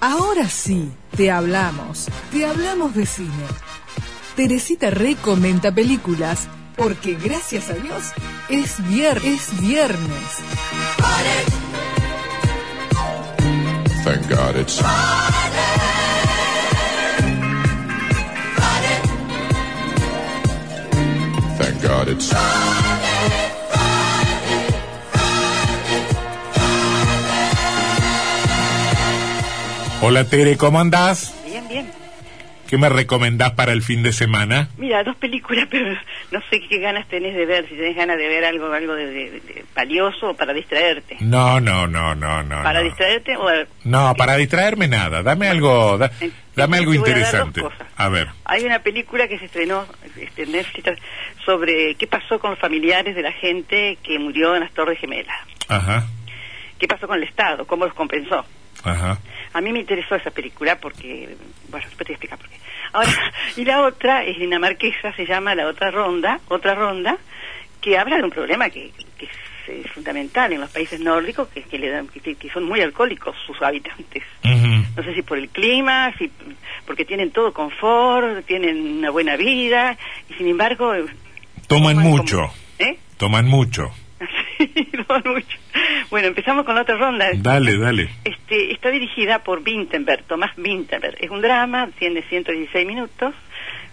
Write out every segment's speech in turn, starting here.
Ahora sí, te hablamos. Te hablamos de cine. Teresita recomenta películas porque gracias a Dios es viernes. Es viernes. Thank God it's Thank God it's Hola Tere, ¿cómo andás? Bien, bien. ¿Qué me recomendás para el fin de semana? Mira, dos películas, pero no sé qué ganas tenés de ver, si tenés ganas de ver algo algo de, de- de valioso o para distraerte. No, no, no, no, no. para no. distraerte o... No, para distraerme nada. Dame algo, da- Entonces, dame algo te voy a dar dos interesante. cosas. A ver. Hay una película que se estrenó este, en Netflix sobre qué pasó con los familiares de la gente que murió en las Torres Gemelas. Ajá, ¿Qué pasó con el Estado? ¿Cómo los compensó? ajá. A mí me interesó esa película porque, bueno, después te voy a explicar por qué. Ahora, y la otra es dinamarquesa, se llama La Otra Ronda, Otra Ronda, que habla de un problema que, que es eh, fundamental en los países nórdicos, que, que, le dan- que- que son muy alcohólicos sus habitantes. Ujú. No sé si por el clima, si porque tienen todo confort, tienen una buena vida, y sin embargo... eh, Toman como- mucho, ¿Eh? toman mucho. Sí, no, mucho. Bueno, empezamos con la otra ronda. Dale, dale. Este, está dirigida por Winterberg, Tomás Winterberg. Es un drama, tiene 116 minutos,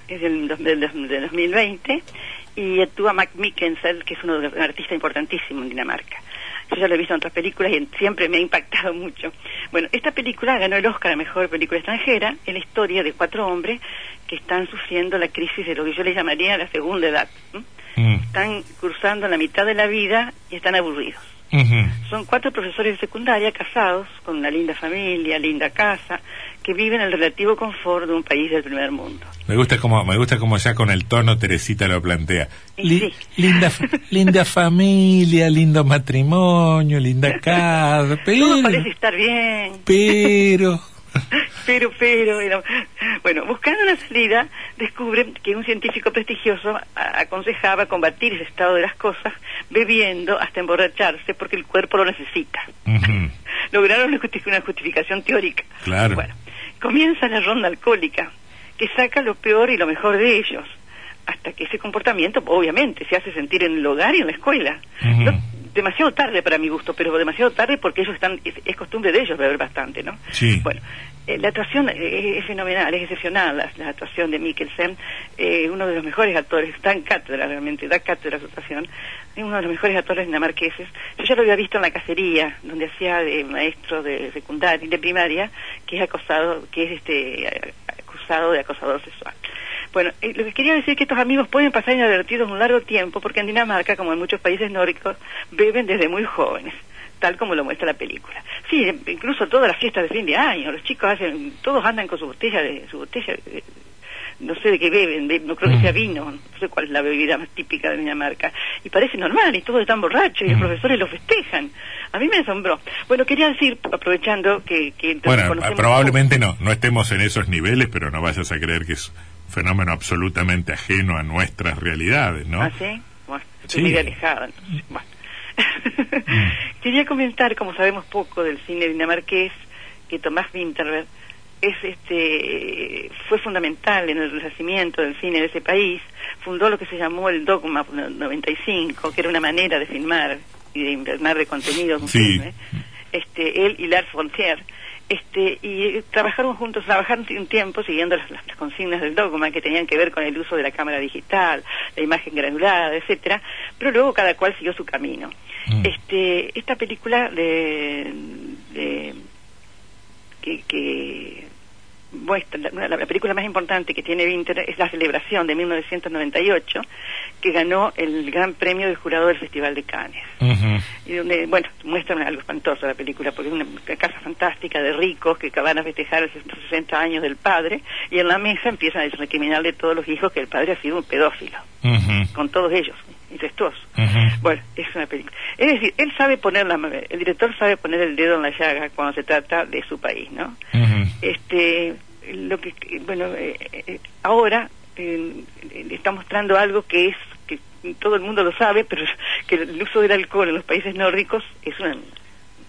es del, dos- del dos- del 2020, y actúa Mac Mikkelsen, que es uno de los- un artista importantísimo en Dinamarca. Yo ya lo he visto en otras películas y en- siempre me ha impactado mucho. Bueno, esta película ganó el Oscar a Mejor Película Extranjera, es la historia de cuatro hombres que están sufriendo la crisis de lo que yo le llamaría la segunda edad. ¿m? Mm. Están cruzando la mitad de la vida y están aburridos. Ujú. Son cuatro profesores de secundaria casados, con una linda familia, linda casa, que viven el relativo confort de un país del primer mundo. Me gusta como me gusta como ya con el tono Teresita lo plantea. Y Li- sí. Linda fa- linda familia, lindo matrimonio, linda casa, Todo pero parece estar bien, pero pero, pero... era- Bueno, buscando una salida, descubren que un científico prestigioso a- aconsejaba combatir ese estado de las cosas bebiendo hasta emborracharse porque el cuerpo lo necesita. Ujú. lograron una justi- una justificación teórica. Claro. Bueno, comienza la ronda alcohólica, que saca lo peor y lo mejor de ellos, hasta que ese comportamiento, obviamente, se hace sentir en el hogar y en la escuela. Ujú. No- demasiado tarde para mi gusto, pero demasiado tarde porque ellos están, es, es costumbre de ellos beber bastante, ¿no? Sí. Bueno, eh, la actuación eh, es fenomenal, es excepcional la, la actuación de Mikkelsen, eh, uno de los mejores actores, dan cátedra realmente, da cátedra su actuación, es uno de los mejores actores dinamarqueses. Yo ya lo había visto en la cacería, donde hacía de maestro de secundaria, de primaria, que es acosado, que es este eh, acusado de acosador sexual. Bueno, eh, lo que quería decir es que estos amigos pueden pasar inadvertidos un largo tiempo porque en Dinamarca, como en muchos países nórdicos, beben desde muy jóvenes, tal como lo muestra la película. Sí, eh, incluso todas las fiestas de fin de año, los chicos hacen, todos andan con su botella de su botella, de- no sé de qué beben, de- no creo que Mm. sea vino, no sé cuál es la bebida más típica de Dinamarca. Y parece normal, y todos están borrachos, y los Mm. profesores los festejan. A mí me asombró. Bueno, quería decir, aprovechando que... que entonces Bueno, ah, conocemos- probablemente no, no estemos en esos niveles, pero no vayas a creer que es un fenómeno absolutamente ajeno a nuestras realidades, ¿no? ¿Ah, sí? Bueno, Sí. estoy medio alejada. entonces, bueno. Quería comentar, como sabemos poco del cine dinamarqués, que Tomás Winterberg es este fue fundamental en el renacimiento del cine de ese país, fundó lo que se llamó el Dogma 95, que era una manera de filmar y de impregnar de contenido un Sí. filme. Este, él y Lars Frontier este, y eh, trabajaron juntos, trabajaron un tiempo siguiendo las, las- las consignas del dogma que tenían que ver con el uso de la cámara digital, la imagen granulada, etcétera, pero luego cada cual siguió su camino. Mm. Este, esta película de, de- que, que muestra la, una- la película más importante que tiene Winter es la celebración de 1998 que ganó el Gran Premio del jurado del Festival de Cannes Ujú. y donde, bueno, muestran algo espantoso la película, porque es una casa fantástica de ricos que van a festejar los 60 años del padre, y en la mesa empiezan a recriminarle todos los hijos que el padre ha sido un pedófilo, Ujú. con todos ellos, incestuoso. Ujú. Bueno, es una película. Es decir, él sabe poner la, el director sabe poner el dedo en la llaga cuando se trata de su país, ¿no? Ujú. este lo que bueno eh, eh, ahora eh, le está mostrando algo que es que todo el mundo lo sabe pero que el uso del alcohol en los países nórdicos es una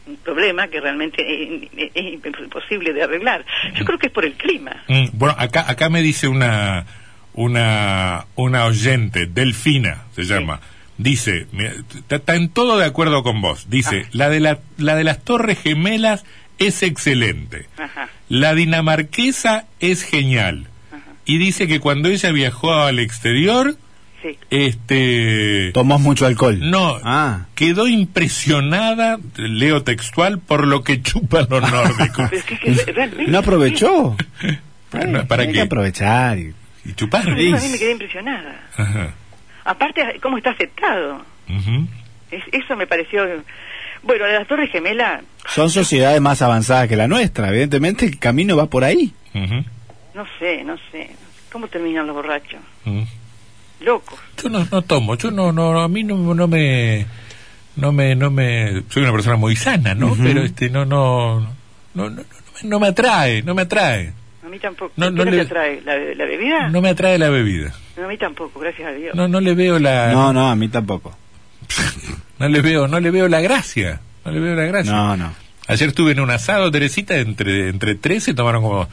un problema que realmente es, es- es imposible de arreglar. Yo creo que es por el clima. Mm, bueno, acá, acá me dice una, una, una oyente, Delfina se llama. Dice, mira, está, está en todo de acuerdo con vos. Ah. Dice, la, de la, la de las Torres Gemelas es excelente. Ajá. La dinamarquesa es genial. Y dice que cuando ella viajó al exterior, Sí. este... Tomás mucho alcohol. No, Ah. quedó impresionada, leo textual, por lo que chupan los nórdicos. Pero es que- que realmente- ¿No aprovechó? Bueno, ¿Para Hay que qué? aprovechar. y- ¿Y chupar? Yo A mí me quedé impresionada. Ajá. Aparte, cómo está afectado. Ujú. Es- eso me pareció. Bueno, las Torres Gemelas, Son sociedades más avanzadas que la nuestra. Evidentemente el camino va por ahí. Ujú. no sé, no sé. ¿Cómo terminan los borrachos? Mm. Locos. Yo no, no tomo, yo no, no, a mí no, no me, no me, no me, soy una persona muy sana, ¿no? Pero este, no, no, no, no, no, me- no me atrae, no me atrae, A mí tampoco. No, ¿Qué no no le- te atrae? ¿La, be- la bebida? no me atrae la bebida, No, a mí tampoco, gracias a Dios. no, no le veo la, No, no, a mí tampoco. no le veo, no le veo la gracia, no le veo la gracia. No, no. Ayer estuve en un asado, Teresita, entre, entre tres se tomaron como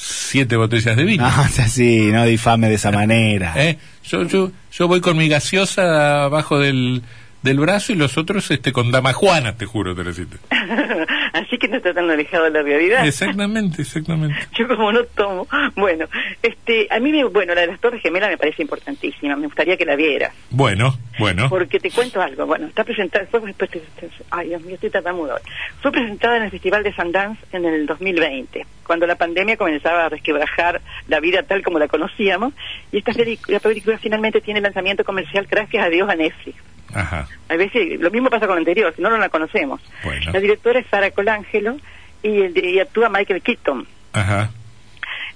siete botellas de vino. No, o sea, sí, no difame de esa manera. ¿eh? Yo, yo, yo voy con mi gaseosa abajo del, del brazo y los otros este, con damajuana, te juro, Teresita. Así que no está tan alejado de la realidad. Exactamente, exactamente. Yo como no tomo. Bueno, este, a mí, me, bueno, la de las Torres Gemelas me parece importantísima. Me gustaría que la vieras. Bueno, bueno. Porque te cuento algo. Bueno, está presentada. Fue, fue- fue- fue- ay, Dios mío, estoy tartamudo hoy. Fue presentada en el Festival de Sundance en el 2020, cuando la pandemia comenzaba a resquebrajar la vida tal como la conocíamos. Y esta peli- la película finalmente tiene lanzamiento comercial, gracias a Dios, a Netflix. Ajá. A veces lo mismo pasa con la anterior, si no, no la conocemos. Bueno. La directora es Sara Colangelo y, el- y actúa Michael Keaton. Ajá.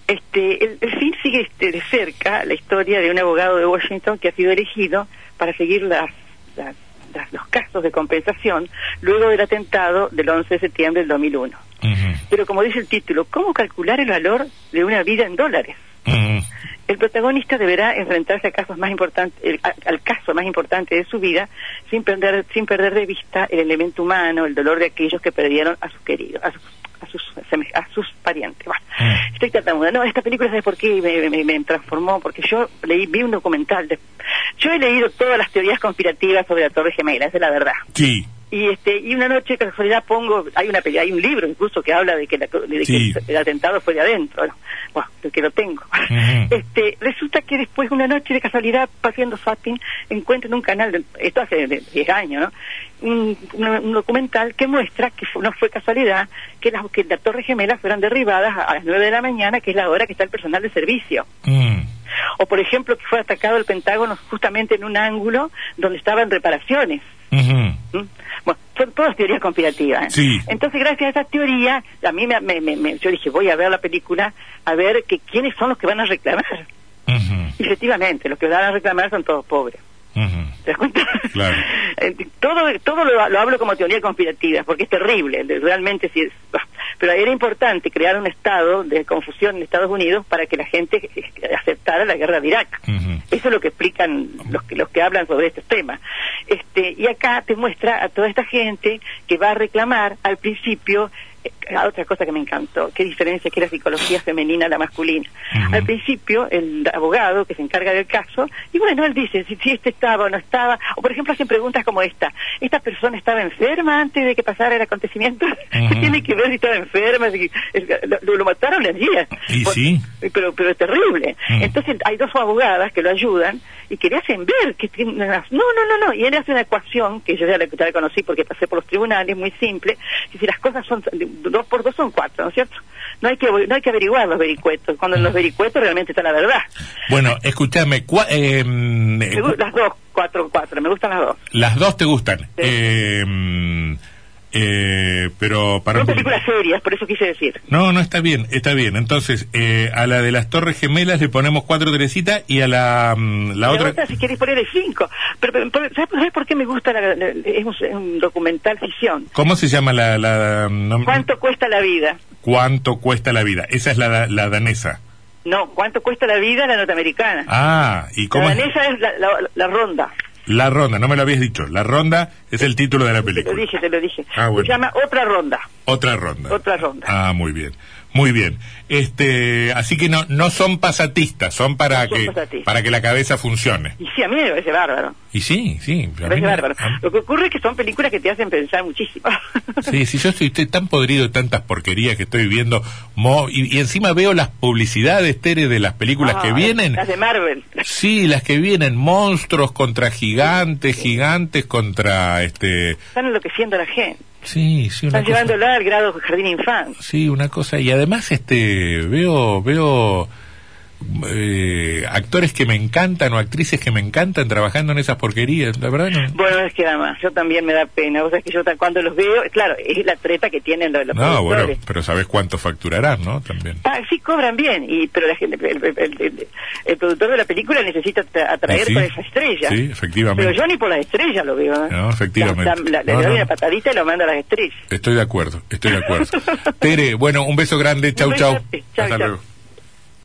Este, el, el film sigue este, de cerca la historia de un abogado de Washington que ha sido elegido para seguir las, las- las- los casos de compensación luego del atentado del 11 de septiembre del 2001. Ujú. Pero como dice el título, ¿cómo calcular el valor de una vida en dólares? Ujú. El protagonista deberá enfrentarse a casos más importantes, el- a- al caso más importante de su vida, sin perder, sin perder de vista el elemento humano, el dolor de aquellos que perdieron a sus queridos, a sus, a sus, seme- a sus parientes. Bueno, Mm. estoy tartamuda. No, esta película ¿sabes por qué me, me- me transformó, porque yo leí, vi un documental. de- yo he leído todas las teorías conspirativas sobre la Torre Gemela, esa es la verdad. Sí. Y este y una noche casualidad pongo hay una peli- hay un libro incluso que habla de que, la- de que Sí. el atentado fue de adentro, ¿no? bueno, de que lo tengo. Ujú. Este resulta que después una noche de casualidad paseando zapping encuentro en un canal de, esto hace de- 10 años, ¿no? Un, una- un documental que muestra que fu- no fue casualidad que las que las torres gemelas fueran derribadas a, a las 9 de la mañana, que es la hora que está el personal de servicio. Mm. O por ejemplo que fue atacado el Pentágono justamente en un ángulo donde estaban reparaciones. Ujú. ¿Mm? Bueno, son todas teorías conspirativas. ¿eh? Sí. Entonces, gracias a esa teoría, a mí me, me- me- me- yo dije, voy a ver la película a ver que quiénes son los que van a reclamar. Ujú. Y efectivamente, los que van a reclamar son todos pobres. Ujú. ¿Te das cuenta? Claro. Eh, todo todo lo, lo hablo como teoría conspirativa, porque es terrible, de- realmente sí es... ah, Pero era importante crear un estado de confusión en Estados Unidos para que la gente eh, aceptara la guerra de Irak. Ujú. Eso es lo que explican los que, los que hablan sobre estos temas. Este, y acá te muestra a toda esta gente que va a reclamar al principio, eh, a otra cosa que me encantó, qué diferencia que la psicología femenina a la masculina. Ujú. Al principio, el abogado que se encarga del caso, y bueno, él dice si, si este estaba o no estaba, o por ejemplo hacen preguntas como esta, ¿esta persona estaba enferma antes de que pasara el acontecimiento? ¿Qué Ujú. tiene que ver si estaba enferma? Si- el- lo, lo mataron el día. Y Bueno, sí. Pero, pero es terrible. Mm. Entonces, entonces, hay dos abogadas que lo ayudan y que le hacen ver que tiene unas- no, no, no, no, y él hace una ecuación que yo ya la, ya la conocí porque pasé por los tribunales, muy simple, que si las cosas son dos por dos son cuatro, ¿no es cierto? No hay que no hay que averiguar los vericuetos, cuando en los vericuetos realmente está la verdad. Bueno, escúchame, cua- eh, mm, Me gu- las dos, cuatro, cuatro, me gustan las dos. las dos te gustan. Eh, mm, eh, pero para Son películas serias, por eso quise decir. No, no está bien, está bien. Entonces, eh, a la de las Torres Gemelas le ponemos cuatro Teresita y a la, mm, la Me otra. gusta, si quieres ponerle cinco. Pero, pero, pero, ¿sabes, sabes por qué me gusta? la- la- es un, es un documental ficción. ¿Cómo se llama la.? la mm, no- ¿Cuánto cuesta la vida? ¿Cuánto cuesta la vida? Esa es la, la danesa. No, ¿cuánto cuesta la vida la norteamericana? Ah, ¿y La cómo es? danesa es la, la- la ronda. La Ronda, no me lo habías dicho. La Ronda es el título de la Te lo película. dije, te lo dije. Ah, bueno. Se llama Otra Ronda. Otra ronda. Otra ronda. Ah, muy bien. Muy bien. Este, así que no no son pasatistas, son para No son que pasatistas. para que la cabeza funcione. Y sí, a mí me parece bárbaro. Y sí, sí, a Me mí parece me- bárbaro. a- Lo que ocurre es que son películas que te hacen pensar muchísimo. Sí, sí, yo estoy, estoy tan podrido de tantas porquerías que estoy viendo. Mo- y, y encima veo las publicidades, Tere, de las películas que Ah, vienen. Las de Marvel. Sí, las que vienen, monstruos contra gigantes, gigantes contra este. Están enloqueciendo a la gente. Sí, sí, una cosa. Están llevándola al grado jardín infante. Sí, una cosa. Y además, este, veo, veo eh, actores que me encantan o actrices que me encantan trabajando en esas porquerías. La verdad, no. Bueno, es que además, yo también me da pena. O sea, que yo ta- cuando los veo, claro, es la treta que tienen los, los No, productores. bueno, pero sabes cuánto facturarán, ¿no? También. Ah, sí, cobran bien, y pero la gente, el, el- el- el- el productor de la película necesita tra- atraer Y Ah, sí, todas esas estrellas. sí, efectivamente. Pero yo ni por las estrellas lo veo. ¿eh? No, efectivamente. La- la- la- No, le doy no. una patadita y lo mando a las estrellas. Estoy de acuerdo, estoy de acuerdo. Tere, bueno, un beso grande, chau, Un chau. besote, chau, Hasta chau. luego.